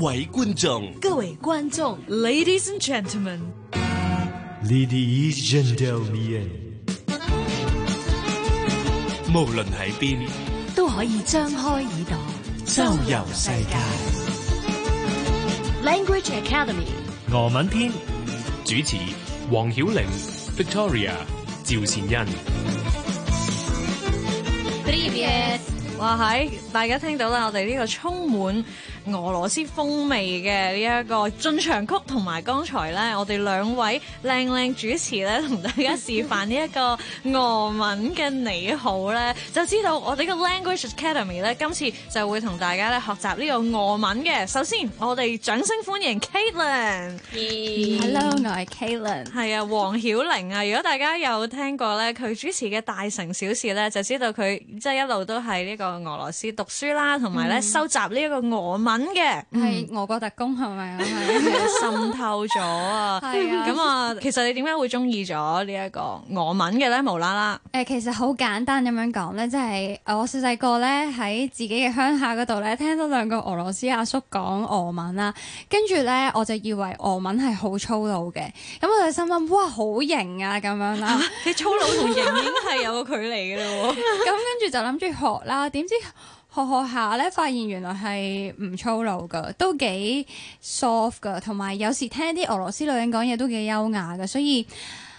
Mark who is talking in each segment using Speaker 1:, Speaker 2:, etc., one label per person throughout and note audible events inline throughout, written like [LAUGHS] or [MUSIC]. Speaker 1: 位觀眾，
Speaker 2: 各位觀眾，Ladies and Gentlemen，
Speaker 3: Ladies gentlemen，
Speaker 1: 無論喺邊，
Speaker 2: 都可以張開耳朵
Speaker 1: 周遊世界。
Speaker 2: Language Academy，
Speaker 3: 俄文篇
Speaker 4: 主持黃曉玲、Victoria、趙善恩。
Speaker 2: 哇喺大家聽到啦，我哋呢個充滿俄羅斯風味嘅呢一個進場曲，同埋剛才咧，我哋兩位靚靚主持咧，同大家示範呢一個俄文嘅你好咧，就知道我哋嘅 Language Academy 咧，今次就會同大家咧學習呢個俄文嘅。首先，我哋掌聲歡迎 Caitlin。
Speaker 5: Hello，我係 Kalen。
Speaker 2: 係啊，黃曉玲啊，如果大家有聽過咧，佢主持嘅《大城小事》咧，就知道佢即係一路都喺呢個俄羅斯讀書啦，同埋咧收集呢一個俄文 [LAUGHS] 嘅，
Speaker 5: 係俄國特工係咪啊？
Speaker 2: [LAUGHS] 滲透咗啊。
Speaker 5: 係啊
Speaker 2: 咁啊，其實你點解會中意咗呢一個俄文嘅咧？無啦啦，
Speaker 5: 誒，其實好簡單咁樣講咧，即係誒我細細個咧喺自己嘅鄉下嗰度咧，聽到兩個俄羅斯阿叔講俄文啦，跟住咧我就以為俄文係好粗魯嘅，咁我就心諗哇好型啊咁樣啦，
Speaker 2: 你粗魯同型已經係有個距離嘅咯喎。
Speaker 5: 咁跟住就諗住學啦，點知學學下咧，發現原來係唔粗魯噶，都幾 soft 噶，同埋有時聽啲俄羅斯女人講嘢都幾優雅嘅，所以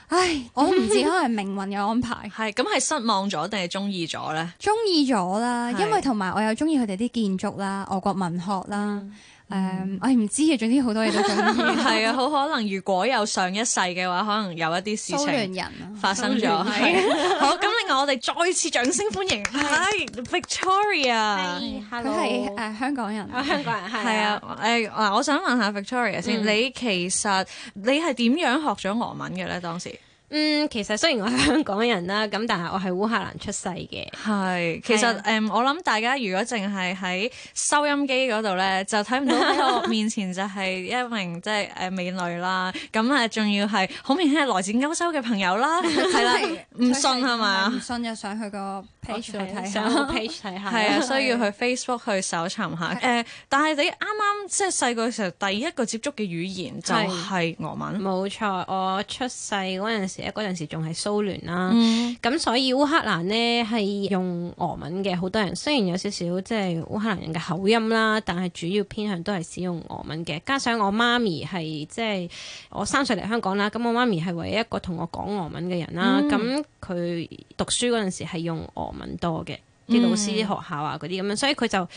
Speaker 5: 唉，我都唔知可能命運嘅
Speaker 2: [LAUGHS]
Speaker 5: 安
Speaker 2: [LAUGHS]
Speaker 5: 排。
Speaker 2: 係咁係失望咗定係中意咗 [LAUGHS] 咧？
Speaker 5: 中意咗啦，
Speaker 2: 係嗯
Speaker 5: 因為同埋我又中意佢哋啲建築啦、俄國文學啦，誒、我唔知啊嘅，總之好多嘢都
Speaker 2: [LAUGHS]
Speaker 5: 中意。
Speaker 2: 係啊，好可能如果有上一世嘅話，可能有一啲事 [LAUGHS]
Speaker 5: 蘇
Speaker 2: 情
Speaker 5: 聯。人啊，
Speaker 2: 發生咗， [LAUGHS] 係好咁。另外，我哋再次掌聲歡迎，係 Victoria，
Speaker 5: 啊嗯佢係啊誒香港人。
Speaker 6: 哦香港人
Speaker 2: 係
Speaker 6: 啊係啊，
Speaker 2: 啊，嗯誒嗱，我想問下 Victoria 先，你其實你係點樣學咗俄文嘅咧？當時
Speaker 6: 嗯，其實雖然我係香港人啦，咁但係我係烏克蘭出世嘅，
Speaker 2: 係其實誒，我諗大家如果淨係喺收音機嗰度咧，就睇唔到喺我面前就係一名即係誒美女啦，咁啊，仲要係好明顯係來自歐洲嘅朋友 [LAUGHS] 啦，係啦，唔信係嘛
Speaker 5: 唔？信就上佢個 page 度睇下
Speaker 6: 哦上。個 page 睇下，
Speaker 2: 係啊，需要去 Facebook 去搜尋下。誒、但係你啱啱即係細個嘅時候，第一個接觸嘅語言就係俄文。
Speaker 6: 冇錯，我出世嗰陣時咧，嗰陣時仲係蘇聯啦，
Speaker 2: 嗯，
Speaker 6: 咁、所以烏克蘭呢係用俄文嘅，好多人雖然有少少即係烏克蘭人嘅口音啦，但係主要偏向都係使用俄文嘅。加上我媽咪係即係我三歲嚟香港啦，咁我媽咪係唯一一個同我講俄文嘅人啦，咁佢、讀書嗰陣時係用俄文多嘅。啲老師、啲學校啊嗰啲咁樣，所以佢就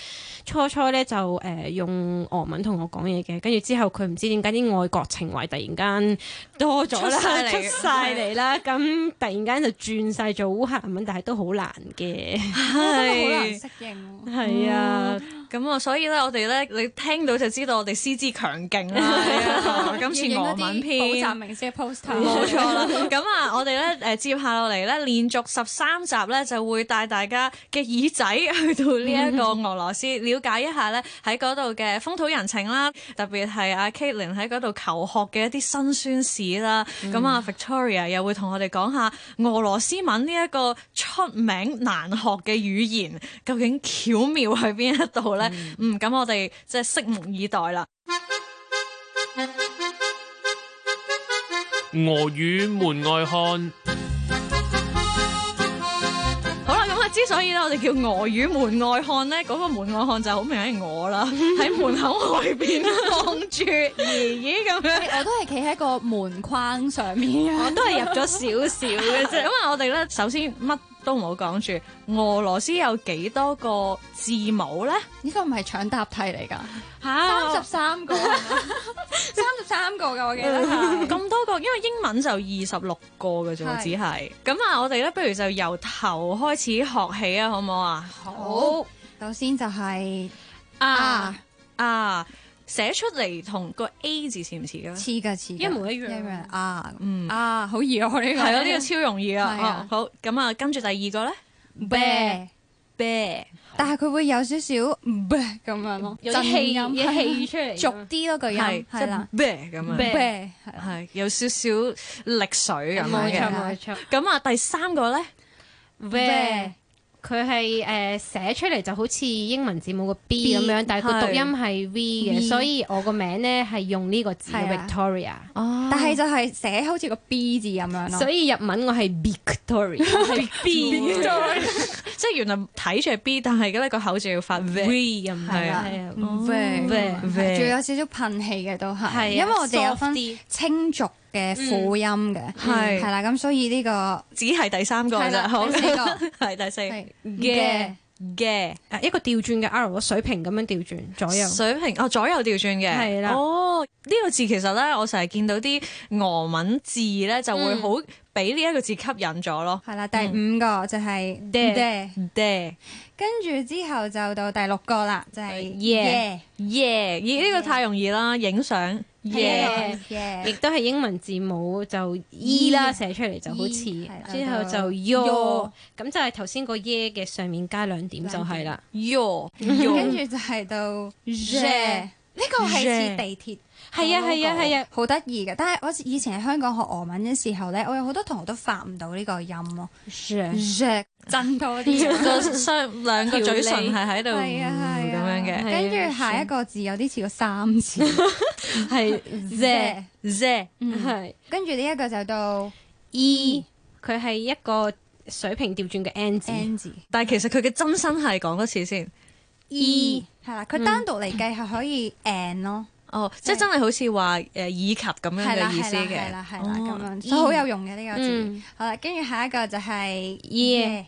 Speaker 6: 初初咧就誒、呃用俄文同我講嘢嘅，跟住之後佢唔知點解啲愛國情懷突然間多咗啦，
Speaker 2: 出晒嚟
Speaker 6: 出晒嚟啦，咁突然間就轉晒做烏克蘭文，但係都好難嘅，
Speaker 5: [LAUGHS] 好難
Speaker 2: 係
Speaker 5: 適應喎。
Speaker 6: 係啊，
Speaker 2: 咁啊，所以咧，我哋咧，你聽到就知道我哋師資強勁
Speaker 6: 啊
Speaker 2: 啦。 [LAUGHS] 今次
Speaker 5: 要
Speaker 2: 俄
Speaker 5: 影一啲
Speaker 2: 文
Speaker 5: 補習
Speaker 2: 篇。
Speaker 5: 名師嘅 [LAUGHS] poster，
Speaker 2: 啊冇錯啦，咁啊，我哋咧誒接下落嚟咧，連續十三集咧就會帶大家嘅耳仔去到呢一個俄羅斯，了解一下咧喺嗰度嘅風土人情啦，特別係阿 Caitlin 喺嗰度求學嘅一啲辛酸史啦。咁啊、Victoria 又會同我哋講下俄羅斯文呢一個出名難學嘅語言，究竟巧妙喺邊一度咧？嗯，咁、我哋即係拭目以待啦。
Speaker 4: 俄語門外漢，
Speaker 2: 好啦，咁啊，之所以咧，我哋叫俄語門外漢咧，嗰、個門外漢就好明顯係我 [LAUGHS] 啦，喺門口外邊啊望住爺爺咁 [LAUGHS] 樣。
Speaker 5: 我都係企喺個門框上面啊。
Speaker 6: 我都係入咗少少嘅啫。
Speaker 2: 咁啊，我哋咧首先乜都唔好講住，俄羅斯有幾多個字母咧？
Speaker 5: 呢個唔係搶答題嚟㗎，
Speaker 6: 啊
Speaker 5: 三
Speaker 2: 嚇
Speaker 5: 十三個， [LAUGHS] 三十三個㗎，我
Speaker 2: [LAUGHS]
Speaker 5: 記得係。
Speaker 6: 嗯
Speaker 2: 咁多個，因為英文就二十六個嘅啫喎，
Speaker 5: 係
Speaker 2: 只係。咁啊，我哋咧不如就由頭開始學起啊，好唔好啊？
Speaker 5: 好，首先就係啊，
Speaker 2: 啊，寫出嚟同個 A 字似唔似嘅咧？
Speaker 5: 黐㗎黐㗎，
Speaker 6: 一模一樣
Speaker 5: 啊
Speaker 2: 嗯。
Speaker 5: 啊，好易我呢
Speaker 2: 係
Speaker 5: 個
Speaker 2: 啊，呢個超容易啊！
Speaker 5: 係啊
Speaker 2: 哦好咁啊，跟住第二個咧
Speaker 5: bear，
Speaker 2: ，bear
Speaker 5: 但係佢會有少少 bear 咁樣咯，
Speaker 6: 嗯有啲氣有
Speaker 5: 震 [LAUGHS]
Speaker 6: 啲氣出 [LAUGHS] 嚟，
Speaker 5: 俗啲咯個
Speaker 2: 係
Speaker 5: 音，
Speaker 2: 即
Speaker 5: 係
Speaker 2: 係
Speaker 5: 啦
Speaker 2: bear 咁樣，
Speaker 6: bear
Speaker 5: ，bear 係啦
Speaker 2: 係有少少力水咁樣
Speaker 6: 冇錯
Speaker 2: 嘅。啊
Speaker 6: 冇錯
Speaker 2: 咁啊，第三個咧
Speaker 6: v e 佢係誒寫出嚟就好似英文字母個 B 咁樣，但係佢讀音係 V 嘅，
Speaker 5: V
Speaker 6: 所以我個名咧係用呢個字
Speaker 5: 係啊
Speaker 6: Victoria。
Speaker 5: 但係就係寫好似個 B 字咁樣
Speaker 6: 所
Speaker 5: 咯。
Speaker 6: 以日文我係 [LAUGHS] Victoria，
Speaker 2: B，即
Speaker 6: [LAUGHS]
Speaker 2: 係原來睇住係 B，但係咧個口就要發 V。
Speaker 6: 咁樣
Speaker 2: 係啊
Speaker 6: 係啊啊
Speaker 5: 喂
Speaker 6: 喂
Speaker 5: 哦仲有少少噴氣嘅都
Speaker 6: 係啊
Speaker 5: 係，因為我哋有分
Speaker 6: soft 啲嗯
Speaker 5: 清濁嘅輔音嘅，
Speaker 2: 係
Speaker 5: 嗯係啦，咁所以呢個
Speaker 2: 只係第三個
Speaker 5: 係
Speaker 2: 咋，
Speaker 5: 啦
Speaker 2: 好
Speaker 5: 第四個
Speaker 2: [LAUGHS] 係第四
Speaker 5: 係
Speaker 2: 嘅嘅
Speaker 6: 誒一個調轉嘅 R 水平咁樣調轉左右。
Speaker 2: 水平哦，左右調轉嘅
Speaker 6: 係啦
Speaker 2: 哦，呢個字其實咧，我成日見到啲俄文字咧，就
Speaker 5: 嗯
Speaker 2: 會好俾呢一個字吸引咗咯。
Speaker 5: 係啦，第
Speaker 6: 嗯
Speaker 5: 五個就係
Speaker 6: De
Speaker 5: de
Speaker 2: 爹
Speaker 5: 跟住之後就到第六個啦，就係
Speaker 6: Yeah
Speaker 2: 耶，咦呢個太容易啦，影相耶
Speaker 5: 啊
Speaker 6: Yeah 亦
Speaker 5: yeah，
Speaker 6: 都係英文字母就 E 啦，
Speaker 5: E
Speaker 6: 寫出嚟就好似，
Speaker 5: E，係啦
Speaker 6: 之後就
Speaker 5: Yo
Speaker 6: Yo，咁就係頭先個耶嘅上面加兩點就係啦。
Speaker 2: yo
Speaker 5: 跟
Speaker 2: yo，
Speaker 5: 住就係到
Speaker 2: Yeah
Speaker 5: je，呢個係似
Speaker 2: Yeah
Speaker 5: 地鐵。
Speaker 6: 係啊係啊係啊，
Speaker 5: 好得意嘅。但係我以前喺香港學俄文嘅時候咧，我有好多同學都發唔到呢個音咯，Jack 震多
Speaker 6: [LAUGHS]
Speaker 5: 啲。
Speaker 2: 個雙兩個嘴唇係喺度
Speaker 5: 係啊係
Speaker 2: 咁
Speaker 5: 啊
Speaker 2: 樣嘅
Speaker 6: 係
Speaker 5: 跟住下一個字有啲似個三字
Speaker 2: [LAUGHS]
Speaker 6: 係 Z
Speaker 5: Jack
Speaker 2: 啫
Speaker 6: 係
Speaker 5: 跟住呢一個就到
Speaker 6: E，佢係一個水平調轉嘅 N 字
Speaker 5: N 字
Speaker 2: 但係其實佢嘅真身係講多次先。
Speaker 6: E
Speaker 5: 係啦，
Speaker 2: 嗯
Speaker 5: 佢單獨嚟計係可以 N 咯，
Speaker 2: 哦，即係真係好似話誒以及咁樣
Speaker 5: 係啦
Speaker 2: 嘅意
Speaker 5: 係
Speaker 2: 思
Speaker 5: 啦
Speaker 2: 嘅
Speaker 5: 係，啦係啦
Speaker 2: 哦
Speaker 5: 咁樣，
Speaker 2: E
Speaker 5: 所以好有用嘅呢個字
Speaker 6: 嗯。
Speaker 5: 好啦，跟住下一個就係
Speaker 2: E
Speaker 5: E
Speaker 6: Yeah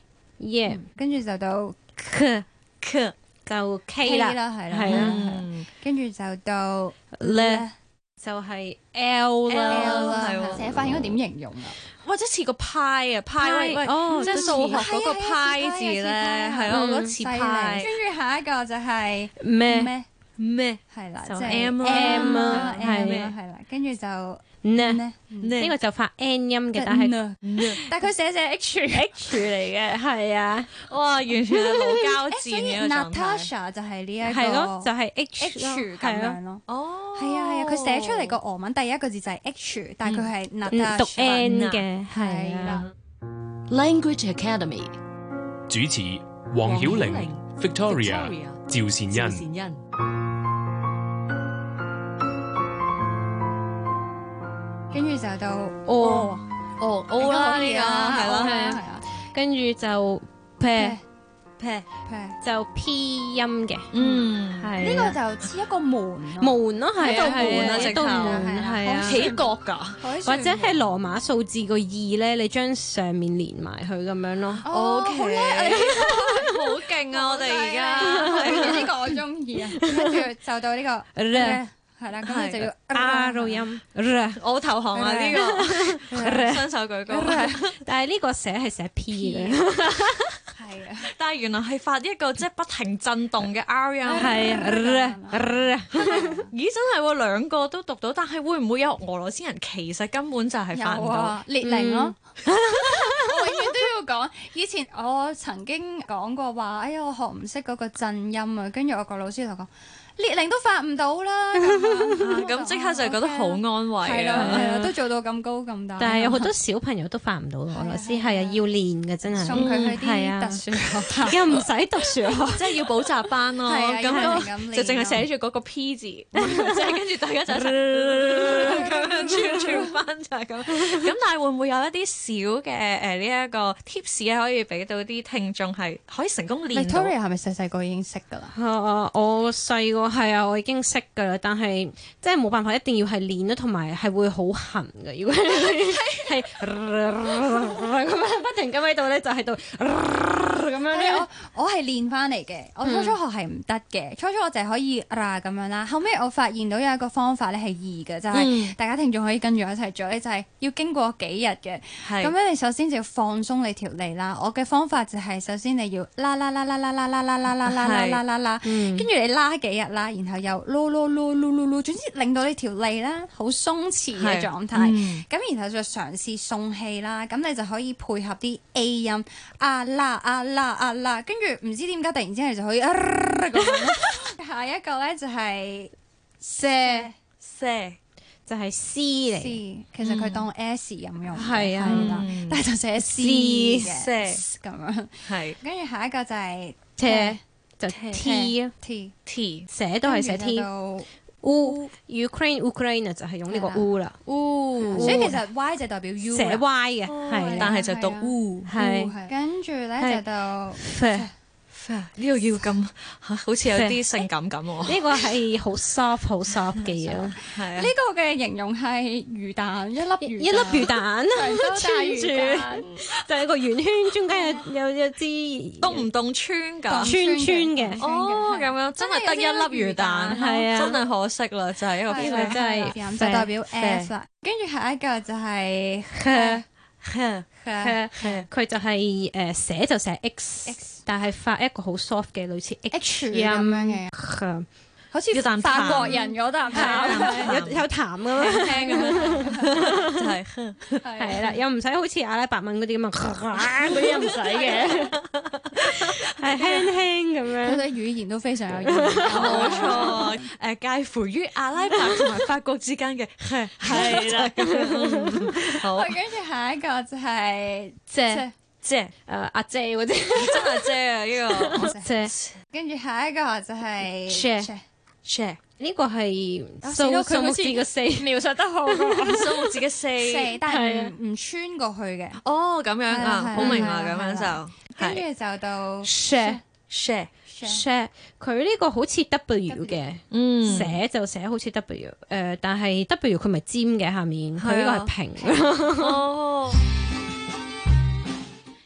Speaker 6: Yeah
Speaker 5: 跟住就到
Speaker 6: K
Speaker 2: 咳
Speaker 6: 就
Speaker 5: K
Speaker 6: K
Speaker 5: 啦係
Speaker 6: 啦，
Speaker 5: 啦係啦
Speaker 6: 係啦
Speaker 5: 係啦，跟住就到
Speaker 6: Le 就係
Speaker 5: L
Speaker 6: L 啦，
Speaker 5: 啦
Speaker 2: 係
Speaker 5: 係
Speaker 2: 喎
Speaker 5: 寫法應該點形容啊？
Speaker 2: 或者似個派啊派喂喂，
Speaker 6: 哦
Speaker 2: 即係數學嗰個派字
Speaker 5: 係
Speaker 2: 咧，
Speaker 5: 啊
Speaker 2: 係咯，我覺得
Speaker 5: 犀
Speaker 2: 似
Speaker 5: 利
Speaker 2: 派
Speaker 5: 跟住下一個就係
Speaker 6: 咩
Speaker 5: 咩？
Speaker 2: 咩
Speaker 5: 係啦，即
Speaker 6: 就
Speaker 5: 係
Speaker 2: M 啦
Speaker 5: M 啦
Speaker 6: 啦
Speaker 5: ，M
Speaker 6: 係
Speaker 5: 啦，係啦，跟住就
Speaker 6: 呢？
Speaker 5: 呢，
Speaker 2: 呢
Speaker 6: 呢個就發 N 音嘅，但係
Speaker 5: 但但佢寫寫 [LAUGHS] H，
Speaker 6: H 嚟嘅，係啊，
Speaker 2: 個哇，完全係老交
Speaker 5: 誒所 [LAUGHS]
Speaker 2: 戰
Speaker 5: 以
Speaker 2: 嘅一個狀態。
Speaker 5: Natasha 就係呢哎一個
Speaker 6: 係咯，就係 H 咯
Speaker 5: H 咁
Speaker 6: 係咯
Speaker 5: 樣咯。
Speaker 2: 哦，
Speaker 5: 係啊係啊，佢寫出嚟個俄文第一個字就係 H，但係佢係
Speaker 6: 嗯
Speaker 5: Natasha
Speaker 6: 讀 N 嘅，係
Speaker 5: 係啦
Speaker 6: 啊。
Speaker 7: Language Academy
Speaker 4: 主持黃曉玲、Victoria、趙善
Speaker 1: 趙
Speaker 4: 恩。
Speaker 1: 善恩。
Speaker 5: 跟住就到
Speaker 6: 哦
Speaker 2: 哦，O 啦呢個係咯係啊，
Speaker 5: 啊，
Speaker 6: 跟住就 P
Speaker 2: 劈
Speaker 5: 啊
Speaker 6: 就 P 音嘅，
Speaker 2: 嗯，
Speaker 6: 係
Speaker 5: 呢
Speaker 6: 啦
Speaker 5: 個就似一個門咯，
Speaker 6: 門咯，係
Speaker 2: 一道
Speaker 6: 啊，
Speaker 2: 門啊
Speaker 6: 係一
Speaker 2: 直
Speaker 6: 道
Speaker 2: 頭
Speaker 6: 門
Speaker 5: 係
Speaker 6: 係
Speaker 5: 啊
Speaker 6: 啊。
Speaker 2: 起角㗎。
Speaker 5: 海
Speaker 6: 或
Speaker 5: 船
Speaker 6: 者係羅馬數字個二咧，你將上面連埋佢咁樣咯。
Speaker 5: 哦好叻啊！你
Speaker 2: 好勁啊！我哋而家
Speaker 5: 係 [LAUGHS] 呢個我中意啊，跟住就到呢個
Speaker 6: R
Speaker 5: 係啊啦，咁你就
Speaker 2: 啊
Speaker 5: 要
Speaker 6: R 音 R，
Speaker 2: 我投降啊！呢個
Speaker 5: 啊
Speaker 2: [LAUGHS] 雙手舉
Speaker 5: [LAUGHS]
Speaker 2: 高，
Speaker 6: 但係呢個寫係寫 P 嘅，
Speaker 5: 係啊，
Speaker 2: 但係原來係發一個即係不停震動嘅 R 音。
Speaker 6: [LAUGHS] 係啊 R R。
Speaker 2: 咦，真係喎，兩個都讀到，但係會唔會有俄羅斯人其實根本就係發唔
Speaker 5: 有
Speaker 2: 到？嗯
Speaker 5: 啊，列寧咯。 [LAUGHS] 我永遠都要講，以前我曾經講過話，哎呀，我學唔識嗰個震音啊，跟住我個老師就講，列寧都發唔到啦，咁啊
Speaker 2: [LAUGHS]
Speaker 5: 樣
Speaker 2: 咁即刻就覺得好安慰
Speaker 5: 係咯
Speaker 2: 啊！
Speaker 5: 係咯，都做到咁高咁啊大，
Speaker 6: 但係有好多小朋友都發唔到俄羅斯，係啊，要練嘅真係。
Speaker 5: 送
Speaker 2: 嗯
Speaker 5: 佢去
Speaker 6: 係
Speaker 5: 啲
Speaker 6: 啊
Speaker 5: 特殊學
Speaker 2: [LAUGHS]
Speaker 5: 校，
Speaker 6: 又唔使啊讀書
Speaker 5: [LAUGHS]
Speaker 6: 學，
Speaker 2: 即係要補習班咯，
Speaker 5: 係啊
Speaker 2: 哦咁
Speaker 5: 要
Speaker 2: 樣
Speaker 5: 係咁練
Speaker 2: 就淨係寫住嗰個 P 字， [LAUGHS] 即係跟住大家就一 [LAUGHS] 齊咁樣串串翻就係咁。咁但係會唔會有一啲小嘅誒呢一個 tips 可以俾到啲聽眾係可以成功練到？
Speaker 5: Victoria 係咪細細個已經識㗎啦？
Speaker 6: 啊我細個係啊，我已經識㗎啦，但係即係冇辦法，一定要係練啦，同埋係會好痕嘅。如果你係咁樣不停咁喺度咧，就喺度咁樣
Speaker 5: 係
Speaker 6: 咧
Speaker 5: 啊，我我係練翻嚟嘅。我初初學係唔得嘅，初初我就係可以啦咁樣啦。後尾我發現到有一個方法咧係易嘅，就係、大家聽眾可以跟住我一齊做咧，就係、要經過幾日嘅。
Speaker 2: 係
Speaker 5: 咁咧，你首先就要放鬆你條脷啦。我嘅方法就係首先你要啦啦啦啦啦啦啦啦啦啦啦啦啦啦啦，跟住你拉幾日啦，然後又嚕嚕嚕嚕嚕嚕，總之令到你條脷啦好鬆弛嘅
Speaker 2: 係嗯
Speaker 5: 狀態。咁然後再嘗試送氣啦，咁你就可以配合啲 A 音啊啦啊啦啊啦，跟住唔知點解突然之間你就可以啊 [LAUGHS] 咁樣。下一個咧就係 s
Speaker 2: 聲
Speaker 6: 就係 C
Speaker 5: C，
Speaker 6: 嚟。
Speaker 5: 其實佢當 S 咁用嘅，
Speaker 6: 係啊
Speaker 5: 嗯係啦
Speaker 2: 嗯，
Speaker 5: 但係就寫 C 嘅
Speaker 2: C，
Speaker 5: 咁樣。
Speaker 2: 係
Speaker 5: 跟住下一個就係
Speaker 6: 車就 T 咯
Speaker 5: T，
Speaker 2: T
Speaker 6: 寫都係寫
Speaker 5: 跟住
Speaker 6: T
Speaker 5: 就。到
Speaker 6: U Ukraine Ukraine 就係用呢個
Speaker 5: 係啦
Speaker 6: U 啦，
Speaker 2: U，
Speaker 5: 所以其實 Y 就代表 U
Speaker 6: 寫
Speaker 5: 啦
Speaker 6: Y 嘅係啦
Speaker 2: 但係就讀
Speaker 5: 係
Speaker 2: U，
Speaker 5: 啊
Speaker 6: 係
Speaker 5: U 係跟住咧
Speaker 6: 係
Speaker 5: 就到
Speaker 6: F
Speaker 2: 呢度要咁嚇好似有啲性感咁喎。
Speaker 6: 呢個係好 soft 好 soft 嘅嘢咯，
Speaker 2: 係啊
Speaker 5: 呢，個嘅形容係魚蛋，一粒魚
Speaker 6: 一粒魚
Speaker 5: 長
Speaker 6: 蛋
Speaker 5: 洲大魚
Speaker 6: 穿
Speaker 5: 蛋，
Speaker 6: 住 [LAUGHS] 就係個圓圈，中間有有有支
Speaker 2: 凍唔凍穿
Speaker 5: 當
Speaker 2: 㗎？
Speaker 6: 穿穿
Speaker 5: 當
Speaker 6: 嘅
Speaker 2: 哦，咁樣真係得一粒魚蛋，
Speaker 6: 真係有啲粒魚蛋係啊
Speaker 2: 真係可惜啦，就係哦啊一個
Speaker 5: 係
Speaker 6: 呢
Speaker 5: 啦
Speaker 6: 個真係
Speaker 5: 咁就代表 F 啦。跟住下一個就係
Speaker 6: H
Speaker 2: F，
Speaker 5: H，
Speaker 6: H，佢啊就係誒寫就寫 X，但係發一個好 soft 嘅類似 H
Speaker 5: H
Speaker 6: 音
Speaker 5: 咁樣嘅
Speaker 6: 嘅，
Speaker 5: 好
Speaker 2: 要啖
Speaker 5: 似
Speaker 2: 淡
Speaker 5: 法國人嗰啖
Speaker 2: 係
Speaker 5: 淡，
Speaker 2: 啊
Speaker 6: 有有痰
Speaker 5: [LAUGHS]
Speaker 6: 咁樣。
Speaker 2: 聽咁樣就係 H
Speaker 6: 係啦，又唔使好似阿拉伯文嗰啲咁啊，嗰啲又唔使嘅，
Speaker 5: 佢
Speaker 6: 係輕輕咁樣。
Speaker 5: [LAUGHS] 哋語言都非常有意義。
Speaker 2: 冇錯，誒介乎於阿拉伯同埋法國之間嘅 H，係啦，咁樣好
Speaker 5: 好，跟住下一個就係
Speaker 6: 姐，
Speaker 2: 姐，
Speaker 6: 誒阿姐嗰啲
Speaker 2: 真係姐啊呢個。
Speaker 6: 姐，
Speaker 5: 跟住下一個就係
Speaker 6: Share
Speaker 2: share
Speaker 6: 呢個係
Speaker 5: 啊死
Speaker 6: 數
Speaker 5: 咯佢
Speaker 6: 數
Speaker 5: 好
Speaker 6: 目
Speaker 5: 似
Speaker 6: 字嘅四，
Speaker 5: 描述得好過
Speaker 2: 數目字嘅啊四
Speaker 5: 四，但
Speaker 6: 係
Speaker 5: 係
Speaker 6: 啊
Speaker 5: 唔唔穿過去嘅。
Speaker 2: 哦咁樣
Speaker 5: 係啦係
Speaker 2: 啊
Speaker 5: 啦，
Speaker 2: 好明
Speaker 5: 係
Speaker 2: 啦，
Speaker 5: 啦
Speaker 2: 咁
Speaker 5: 係
Speaker 2: 樣就
Speaker 5: 跟住
Speaker 2: 係啊
Speaker 5: 就到
Speaker 6: share
Speaker 2: share，
Speaker 5: share
Speaker 6: share，佢呢個好似 W 嘅，
Speaker 2: 嗯
Speaker 6: 寫就寫好似 W，誒但係 W 佢咪尖嘅下面，佢
Speaker 5: 啊
Speaker 6: 呢個係平。 [LAUGHS]
Speaker 2: 哦，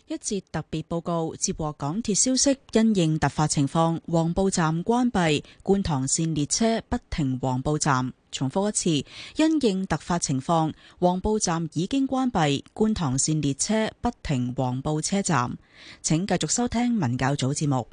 Speaker 8: 一節特別報告，接獲港鐵消息，因應突發情況，黃埔站關閉，觀塘線列車不停黃埔站。重複一次，因應突發情況，黃埔站已經關閉，觀塘線列車不停黃埔車站。請繼續收聽文教組節目。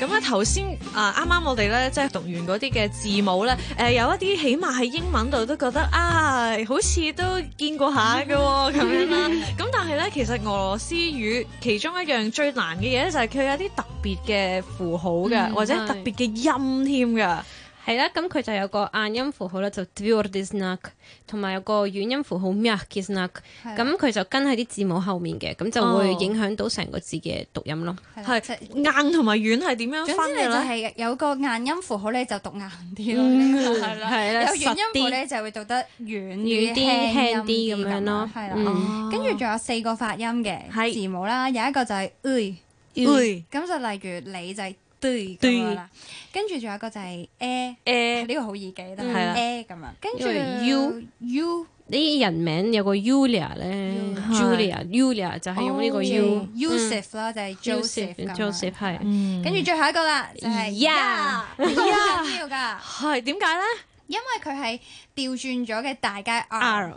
Speaker 2: 咁咧頭先啊，啱啱我哋咧即係讀完嗰啲嘅字母咧，誒、有一啲起碼喺英文度都覺得啊，好似都見過下嘅喎咁
Speaker 5: [LAUGHS]
Speaker 2: 樣啦。咁但係咧，其實俄羅斯語其中一樣最難嘅嘢咧，就係佢有啲特別嘅符號嘅，或者特別嘅音添嘅。
Speaker 6: 係啦，咁佢就有個硬音符號咧，就 tвердый знак，同埋有個軟音符號 мягкий знак，
Speaker 5: 係
Speaker 6: 咁佢就跟喺啲字母後面嘅，咁就會
Speaker 2: 哦
Speaker 6: 影響到成個字嘅讀音咯。
Speaker 5: 係啦
Speaker 2: 係硬同埋軟係點樣
Speaker 5: 總
Speaker 2: 分
Speaker 5: 之
Speaker 2: 嘅
Speaker 5: 你就
Speaker 2: 咧？
Speaker 5: 係有個硬音符號，你就讀硬啲咯，係啦，
Speaker 6: 嗯係啦
Speaker 5: 有軟音符
Speaker 6: 實啲
Speaker 5: 咧就會讀得軟
Speaker 6: 軟啲
Speaker 5: 輕
Speaker 6: 輕啲咁樣咯
Speaker 5: 係
Speaker 6: 嗯
Speaker 5: 啦。跟住仲有四個發音嘅
Speaker 2: 係
Speaker 5: 字母啦，有一個就係
Speaker 6: 嗯
Speaker 5: u，
Speaker 2: 會
Speaker 5: 咁就例如你就係 d 咁樣啦，跟住仲有一個就係 a，
Speaker 6: E
Speaker 2: 誒
Speaker 5: 呢個好易記啦
Speaker 2: 係啦
Speaker 5: ，a 咁樣，跟
Speaker 6: 嗯因為 U
Speaker 5: 住 u
Speaker 6: 呢啲人名有個 Julia 咧
Speaker 2: 係
Speaker 6: ，Julia，Julia 就係用呢個 U。
Speaker 5: Joseph 啦，就係 Joseph 咁樣
Speaker 6: Joseph 係
Speaker 5: 跟住最後一個啦，就係
Speaker 6: 嗯 Yeah
Speaker 5: 呢個好緊要㗎。
Speaker 2: 係點解咧？
Speaker 5: 因為佢係調轉咗嘅大街 R，
Speaker 6: R，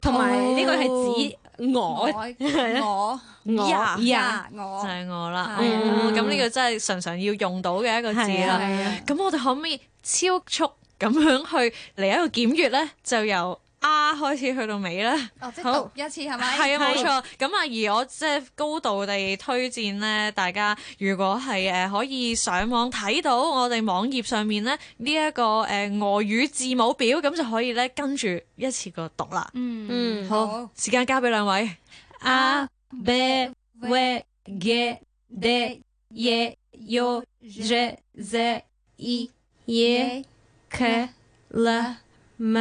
Speaker 6: 同埋呢個係指
Speaker 5: 我
Speaker 6: 啊我
Speaker 5: 我
Speaker 6: 我
Speaker 2: 呀
Speaker 6: 呀
Speaker 5: 呀我
Speaker 2: 就係我啦，
Speaker 5: 係
Speaker 6: 啊
Speaker 2: 哦咁呢個真係常常要用到嘅一個字
Speaker 6: 係啊
Speaker 2: 啦。
Speaker 5: 係啊
Speaker 2: 咁我哋可唔可以超速咁樣去嚟一個檢閱咧？就由 R 開始去到尾咧。
Speaker 5: 哦，即
Speaker 2: 好
Speaker 5: 係讀一次係
Speaker 2: [LAUGHS]
Speaker 5: 咪？
Speaker 2: 係啊，冇錯。咁啊，而我即係高度地推薦咧，大家如果係誒可以上網睇到我哋網頁上面咧呢一個誒俄語字母表，咁就可以咧跟住一次過讀啦。
Speaker 5: 嗯，
Speaker 6: 嗯
Speaker 5: 好啊
Speaker 2: 時間交俾兩位。啊
Speaker 6: A B W G D E J Ž Z I J K L M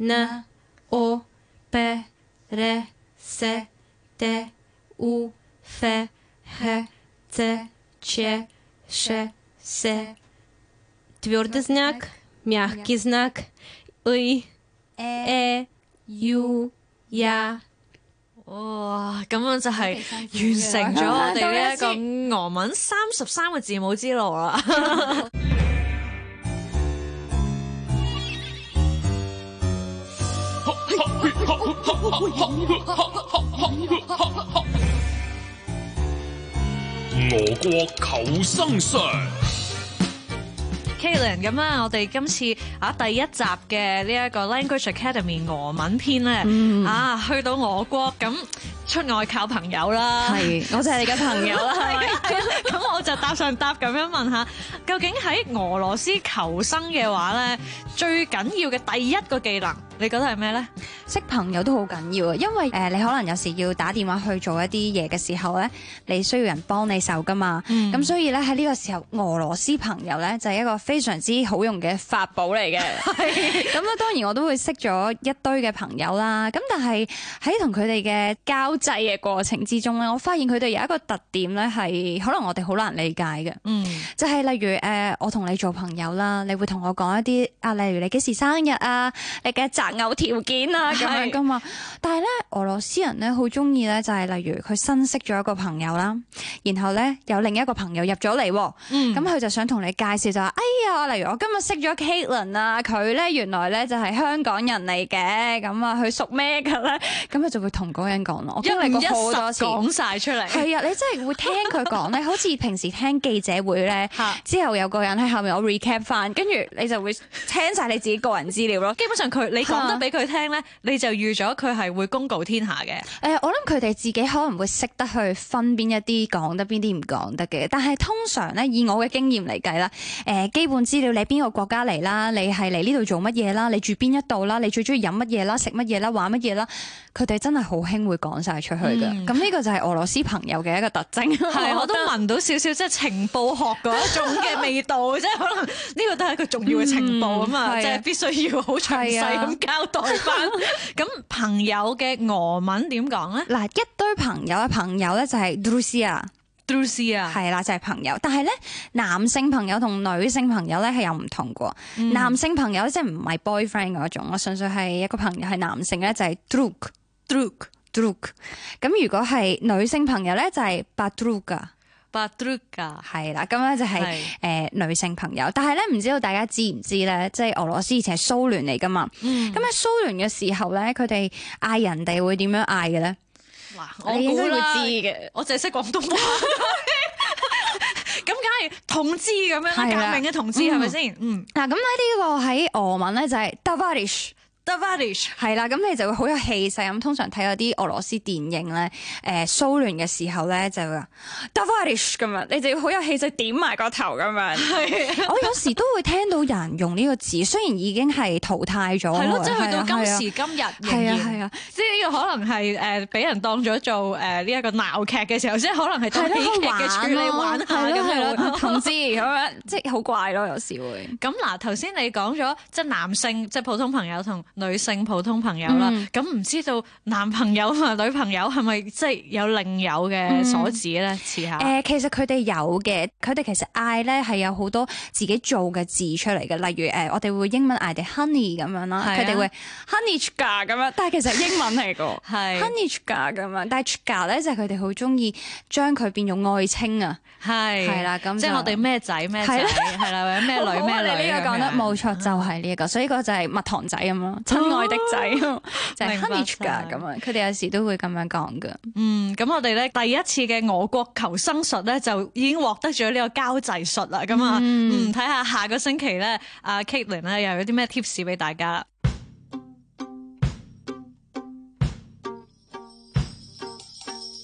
Speaker 6: N O P R S T U F H C Ч Ш С Твердый знак, мягкий знак, И
Speaker 5: A
Speaker 6: Э U Я
Speaker 2: 哇！咁樣就係
Speaker 5: 都幾
Speaker 2: 完
Speaker 5: 辛
Speaker 2: 成
Speaker 5: 苦嘅
Speaker 2: 咗我哋呢一個俄文三十三個字母之路啦。 [LAUGHS]
Speaker 4: 俄國求生術，
Speaker 2: Kalen，咁啊，我哋今次啊第一集
Speaker 6: 嗯
Speaker 2: 嘅呢一個 Language Academy 俄文篇咧，啊去到俄國咁，出外靠朋友啦。
Speaker 5: 係，我就係你嘅朋友
Speaker 2: [LAUGHS] 啊
Speaker 5: 啦，係咪？
Speaker 2: 咁我就搭上搭咁樣問下，究竟喺俄羅斯求生嘅話咧，最緊要嘅第一個技能，你覺得係咩咧？
Speaker 5: 識朋友都好緊要啊，因為誒、呃你可能有時要打電話去做一啲嘢嘅時候咧，你需要人幫你手噶嘛。
Speaker 2: 嗯
Speaker 5: 咁、所以咧喺呢個時候，俄羅斯朋友咧就係、一個非常之好用嘅法寶嚟嘅。咁咧當然我都會識咗一堆嘅朋友啦。咁但係喺同佢哋嘅交際嘅過程之中咧，我發現佢哋有一個特點咧係可能我哋好難理解嘅。
Speaker 2: 嗯，
Speaker 5: 就係例如誒、呃我同你做朋友啦，你會同我講一啲啊，例如你幾時生日啊，你嘅擇偶條件啊咁樣噶嘛。但係咧，俄羅斯人咧好中意咧，就係例如佢新識咗一個朋友啦，然後咧有另一個朋友入咗嚟喎，
Speaker 2: 嗯
Speaker 5: 咁佢、就想同你介紹就話，哎呀，例如我今日識咗 Caitlin 啊，佢咧原來咧就係香港人嚟嘅，咁啊佢屬咩嘅
Speaker 2: [LAUGHS]
Speaker 5: 咧？咁佢就會同嗰個人講咯。我經歷
Speaker 2: 一五一
Speaker 5: 過好多
Speaker 2: 十
Speaker 5: 次。
Speaker 2: 講晒出嚟，
Speaker 5: 係啊，你真係會聽佢講咧，好似平時聽記者會咧
Speaker 2: 嚇，
Speaker 5: 之後有個人喺後面我 recap 翻，跟住你就會聽晒你自己個人資料咯。
Speaker 2: 基本上佢你講得俾佢聽咧，你就預咗佢係會公告天下嘅。
Speaker 5: [LAUGHS] 誒、我諗佢哋自己可能會識得去分邊一啲講得，邊啲唔講得嘅。但係通常咧，以我嘅經驗嚟計啦，誒、基本資料你邊個國家嚟啦，你係嚟呢度做乜嘢啦，你住邊一度啦，你最中意飲乜嘢啦，食乜嘢啦，玩乜嘢啦，佢哋真係好興會講晒出去嘅。咁呢、個就係俄羅斯朋友嘅一個特徵。 [LAUGHS]
Speaker 2: 係，我都聞到少少即係情報學嗰一種嘅味道，即係可能呢個都係一個重要嘅情報咁
Speaker 5: 嗯係
Speaker 2: 啊，
Speaker 5: 啊
Speaker 2: 即係必須要好詳細咁交代
Speaker 5: [LAUGHS]
Speaker 2: 翻。咁朋友嘅俄文點講咧
Speaker 5: 嗱，一堆朋友嘅朋友咧就係 d r u s i a
Speaker 2: d r u s i 啊，
Speaker 5: 係啦，就係、朋友。但係咧，男性朋友同女性朋友咧係有唔同嘅喎。
Speaker 2: 嗯
Speaker 5: 男性朋友呢即係唔係 boyfriend 嗰種，我純粹係一個朋友係男性咧就係 drug drug drug。咁如果係女性朋友咧就係 badruga。
Speaker 2: b d r u g a
Speaker 5: 係啦，咁咧就係、誒、女性朋友，但係咧唔知道大家知唔知咧，即係俄羅斯以前係蘇聯嚟噶嘛，
Speaker 2: 嗯
Speaker 5: 咁喺蘇聯嘅時候咧，佢哋嗌人哋會點樣嗌嘅咧？
Speaker 2: 嗱，我
Speaker 5: 你應該
Speaker 2: 估
Speaker 5: 會
Speaker 2: 啦
Speaker 5: 知嘅，
Speaker 2: 我淨係識廣東話。 [LAUGHS] 咁梗係同志咁樣啦，
Speaker 5: 係啦
Speaker 2: 革命嘅同志係咪先？嗯
Speaker 5: 嗱，啊咁喺呢個喺俄文咧就係 d a v a r i s h
Speaker 2: d a v a r i s h
Speaker 5: 係啦，咁你就會好有氣勢咁。通常睇嗰啲俄羅斯電影咧，誒、蘇聯嘅時候咧就會話 d a v a r i s h 咁樣，你就要好有氣勢點埋個頭咁樣。
Speaker 2: 啊
Speaker 5: 我有時都會聽到有人用呢個字，雖然已經係淘汰咗，
Speaker 2: 係咯，即係
Speaker 5: 係
Speaker 2: 去到
Speaker 5: 啊
Speaker 2: 今
Speaker 5: 係啊
Speaker 2: 時今日仍
Speaker 5: 係啊
Speaker 2: 然
Speaker 5: 係啊，
Speaker 2: 即係呢個可能係誒俾人當咗做誒呢一個鬧劇嘅時候，即係可能係當喜劇嘅處理玩下咁
Speaker 5: 係
Speaker 2: 樣
Speaker 5: 咯 [LAUGHS]
Speaker 2: 會。
Speaker 5: 同志咁樣，即係好怪咯，有時會。
Speaker 2: 咁嗱，頭先你講咗即係男性即係普通朋友同女性普通朋友啦，咁唔、知道男朋友同埋女朋友係咪即係有另有嘅所指咧？遲下
Speaker 5: 誒、其實佢哋有嘅，佢哋其實嗌咧係有好多自己做嘅字出嚟嘅，例如誒、我哋會英文嗌哋 honey 咁樣啦，
Speaker 2: 係啊
Speaker 5: 佢哋、會 honey chka 咁樣，但係其實係英文嚟個
Speaker 2: [LAUGHS] 係
Speaker 5: honey chka 咁樣，但係 chka 咧就係佢哋好中意將佢變做愛稱啊，
Speaker 2: 係
Speaker 5: 係啦咁就
Speaker 2: 即係我哋咩仔咩仔
Speaker 5: 係啦
Speaker 2: 係啦，或者咩
Speaker 5: [LAUGHS]
Speaker 2: 女
Speaker 5: 好啊
Speaker 2: 咩女
Speaker 5: 你呢個
Speaker 2: 咁
Speaker 5: 講得
Speaker 2: 樣
Speaker 5: 冇錯，就係呢一個，所以個就係蜜糖仔咁咯，親愛的仔，就係
Speaker 2: 明白
Speaker 5: honey chka
Speaker 2: 晒
Speaker 5: 咁啊，佢哋有時都會咁樣講嘅。
Speaker 2: 嗯，咁我哋咧第一次嘅俄國求生術咧，就已經獲得咗呢個交際術啦。咁啊，嗯，睇下下個星期咧，阿 Caitlin 咧又有啲咩 tips 俾大家啦。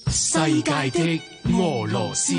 Speaker 1: 世界的俄羅斯。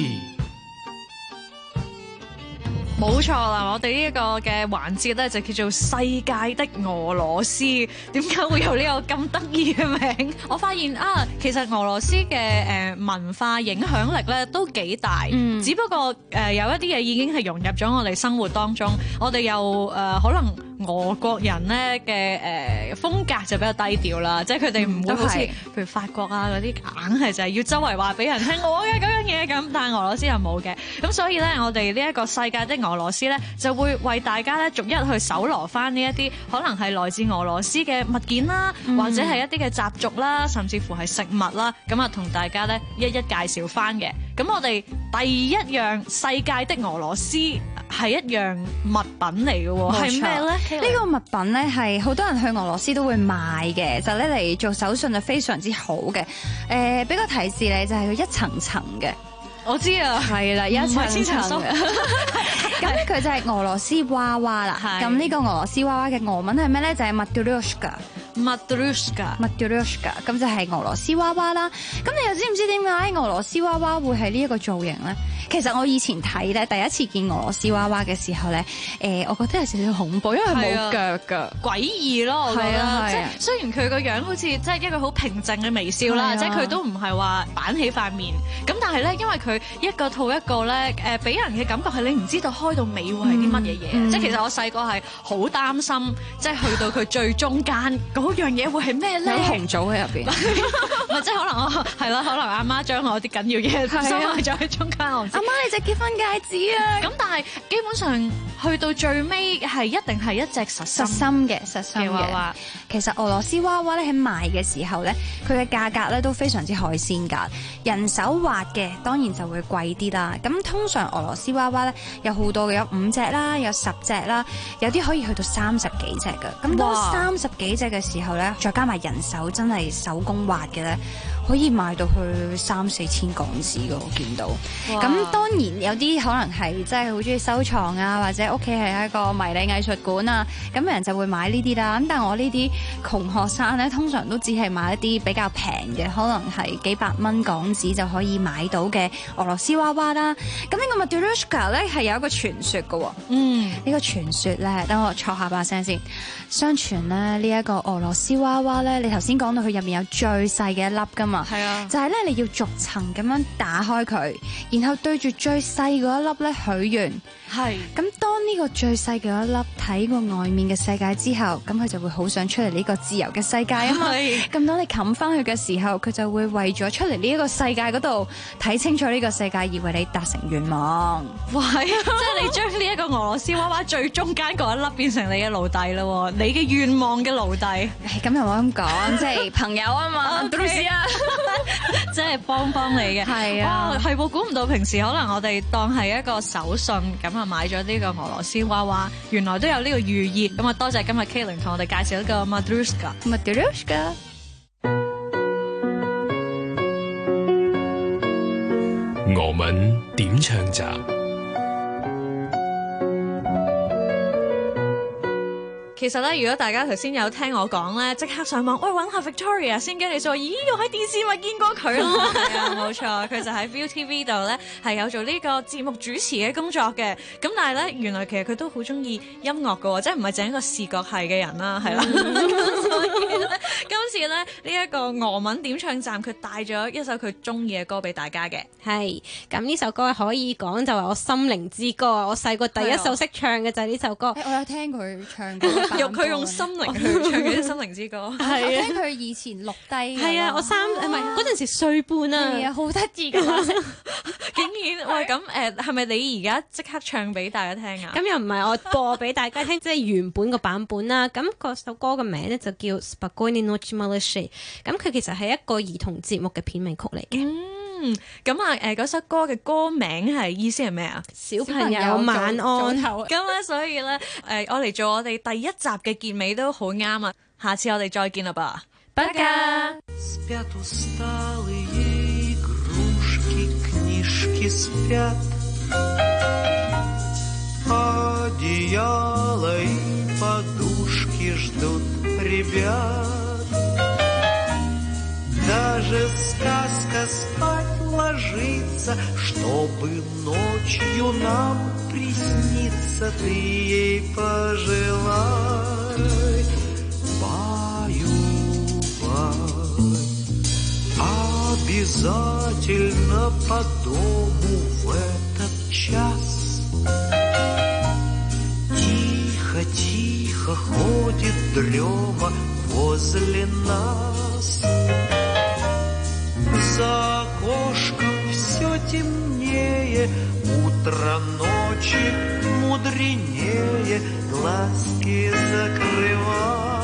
Speaker 2: 冇錯啦，我哋呢一個嘅環節咧就叫做世界的俄羅斯。點解會有呢個咁得意嘅名？ [LAUGHS] 我發現啊，其實俄羅斯嘅誒文化影響力咧都幾大，
Speaker 5: 嗯
Speaker 2: 只不過誒、呃有一啲嘢已經係融入咗我哋生活當中，我哋又誒、呃可能俄國人咧嘅誒風格就比較低調啦，即係佢哋唔會
Speaker 5: 嗯都
Speaker 2: 好似
Speaker 5: 係
Speaker 2: 譬如法國啊嗰啲硬係就係要周圍話俾人聽我嘅嗰樣嘢咁，但係俄羅斯又冇嘅。咁所以咧，我哋呢一個世界的俄羅斯咧，就會為大家咧逐一去搜羅翻呢一啲可能係來自俄羅斯嘅物件啦，或者係一啲嘅習俗啦，甚至乎係食物啦，咁啊同大家咧一一介紹翻嘅。咁我哋第一樣世界的俄羅斯係一樣物品嚟嘅喎，
Speaker 5: 冇錯
Speaker 2: 係咩咧？
Speaker 5: 呢個物品咧係好多人去俄羅斯都會買嘅，就咧嚟做手信就非常之好嘅。誒、俾個提示你就係佢一層層嘅，
Speaker 2: 個我知啊，
Speaker 5: 係啦，一
Speaker 2: 唔係千層酥
Speaker 5: 嘅。 [LAUGHS] 咁咧佢就係俄羅斯娃娃啦。
Speaker 2: 係
Speaker 5: 咁呢個俄羅斯娃娃嘅俄文係咩咧？就係 m a t r o s h k a
Speaker 2: Madrushka。
Speaker 5: m a d r u s h k a 咁就係俄羅斯娃娃啦。咁你又知唔知點解俄羅斯娃娃會係呢一個造型咧？其實我以前睇咧，第一次見俄羅斯娃娃嘅時候咧，誒、我覺得有少少恐怖，因為佢
Speaker 2: 係啊
Speaker 5: 冇腳噶。
Speaker 2: 詭異咯，我覺
Speaker 5: 係啊係
Speaker 2: 得，
Speaker 5: 啊
Speaker 2: 即係雖然佢個樣好似即係一個好平靜嘅微笑啦，
Speaker 5: 係啊
Speaker 2: 即係佢都唔係話板起塊面，咁但係咧，因為佢一個套一個咧，誒俾人嘅感覺係你唔知道開到尾會係啲乜嘢嘢，即係其實我細個係好擔心，即係去到佢最中間嗰樣嘢會係咩
Speaker 5: 有
Speaker 2: 咧？
Speaker 5: 紅棗喺入邊，
Speaker 2: 咪即係可能我係啦，可能阿媽將我啲緊要嘢
Speaker 5: 係啊
Speaker 2: 收埋咗喺中間，我唔知
Speaker 5: [LAUGHS] 阿媽你隻結婚戒指啊！
Speaker 2: 咁但係基本上去到最尾係一定係一隻實
Speaker 5: 實
Speaker 2: 心
Speaker 5: 心嘅，實心
Speaker 2: 嘅娃
Speaker 5: 嘅。
Speaker 2: 娃。
Speaker 5: 其實俄羅斯娃娃咧喺賣嘅時候咧，佢嘅價格咧都非常之海鮮㗎。人手畫嘅當然就會貴啲啦。咁通常俄羅斯娃娃咧有好多嘅，有五隻啦，有十隻啦，有啲可以去到三十幾隻㗎。咁當
Speaker 2: 哇
Speaker 5: 三十幾隻嘅時候咧，再加埋人手真係手工畫嘅咧，可以賣到去三四千港紙㗎。我見到。
Speaker 2: 哇
Speaker 5: 咁當然有啲可能係即係好中意收藏啊，或者屋企係一個迷你藝術館啊，咁人就會買呢啲啦。咁但係我呢啲窮學生咧，通常都只係買一啲比較平嘅，可能係幾百蚊港紙就可以買到嘅俄羅斯娃娃啦。咁呢個 m a d u r u s h k a 咧係有一個傳說嘅喎。
Speaker 2: 嗯。
Speaker 5: 呢個傳說咧，等我戳下把聲先。相傳咧，呢、一個俄羅斯娃娃咧，你頭先講到佢入面有最細嘅一粒噶嘛，
Speaker 2: 係啊
Speaker 5: 就係咧你要逐層咁樣打開佢，然後對住最細嗰一粒咧許願。
Speaker 2: 係
Speaker 5: 咁當呢個最細嘅一粒睇過外面嘅世界之後，咁佢就會好想出嚟呢個自由嘅世界啊嘛。
Speaker 2: 係
Speaker 5: 咁當你冚翻佢嘅時候，佢就會為咗出嚟呢一個世界嗰度睇清楚呢個世界，而為你達成願望。
Speaker 2: 哇，係 [LAUGHS] 即係你將呢一個俄羅斯娃娃最中間嗰一粒變成你嘅奴隸啦喎，你嘅願望嘅奴隸， [LAUGHS]
Speaker 5: 唉咁又冇咁講，即係朋友啊 [LAUGHS] 嘛
Speaker 2: OK 即係幫幫你嘅。
Speaker 5: 係啊
Speaker 2: 哇，係喎，估唔到平時可能我哋當係一個手信咁啊，買咗呢個俄羅斯娃娃，原來都有呢個寓意。咁啊，多謝今日 Kalen 同我哋介紹呢個 Madruska。
Speaker 5: m a d r u s h k a
Speaker 4: 俄文點唱集？
Speaker 2: 其實咧，如果大家頭先有聽我講咧，即刻上網，喂揾下 Victoria 先，跟住就話，咦，我喺電視咪見過佢咯，係啊，冇錯，佢就喺 ViuTV 度咧係有做呢個節目主持嘅工作嘅。咁但係咧，原來其實佢都好中意音樂嘅喎，即係唔係淨係一個視覺系嘅人啦，係啦。咁 [LAUGHS] 所以咧，今次咧呢一個俄文點唱站，佢帶咗一首佢中意嘅歌俾大家嘅。，
Speaker 6: 係咁呢首歌可以講就係我心靈之歌啊！我細個第一首識唱嘅就係呢首歌。
Speaker 5: 我有聽佢唱 [LAUGHS] 歌
Speaker 2: 用佢用心靈去唱嘅啲 [LAUGHS] 心靈之歌。
Speaker 5: 係啊，我聽佢以前錄低㗎咯。
Speaker 6: 係啊，我三唔係嗰陣時歲半
Speaker 5: 係啊，
Speaker 6: 啊，
Speaker 5: 好得意嘅話聲。
Speaker 2: 竟然喂咁誒，係咪你而家即刻唱俾大家聽啊？
Speaker 6: 咁又唔係我播俾大家聽，即係原本個版本啦。咁嗰首歌嘅名咧就叫《s p a g o n i Noche m a l a s h i 咁佢其實係一個兒童節目嘅片尾曲嚟嘅。
Speaker 2: 嗯，咁啊誒，嗰首歌嘅歌名係意思係咩啊？
Speaker 6: 小朋友晚安，
Speaker 5: 早唞啊
Speaker 2: 咁咧，所以咧誒，我嚟做我哋第一集嘅結尾都好啱啊！下次我哋再見啦噃。
Speaker 6: 不㗎。
Speaker 9: Спят усталые игрушки, книжки спят. Одеяло и подушки ждут ребят. Даже сказка спать ложится, чтобы ночью нам присниться, ты ей пожелай. Баю-бай. Обязательно по дому в этот час Тихо-тихо ходит дрема возле нас За окошком все темнее Утро ночи мудренее Глазки закрывай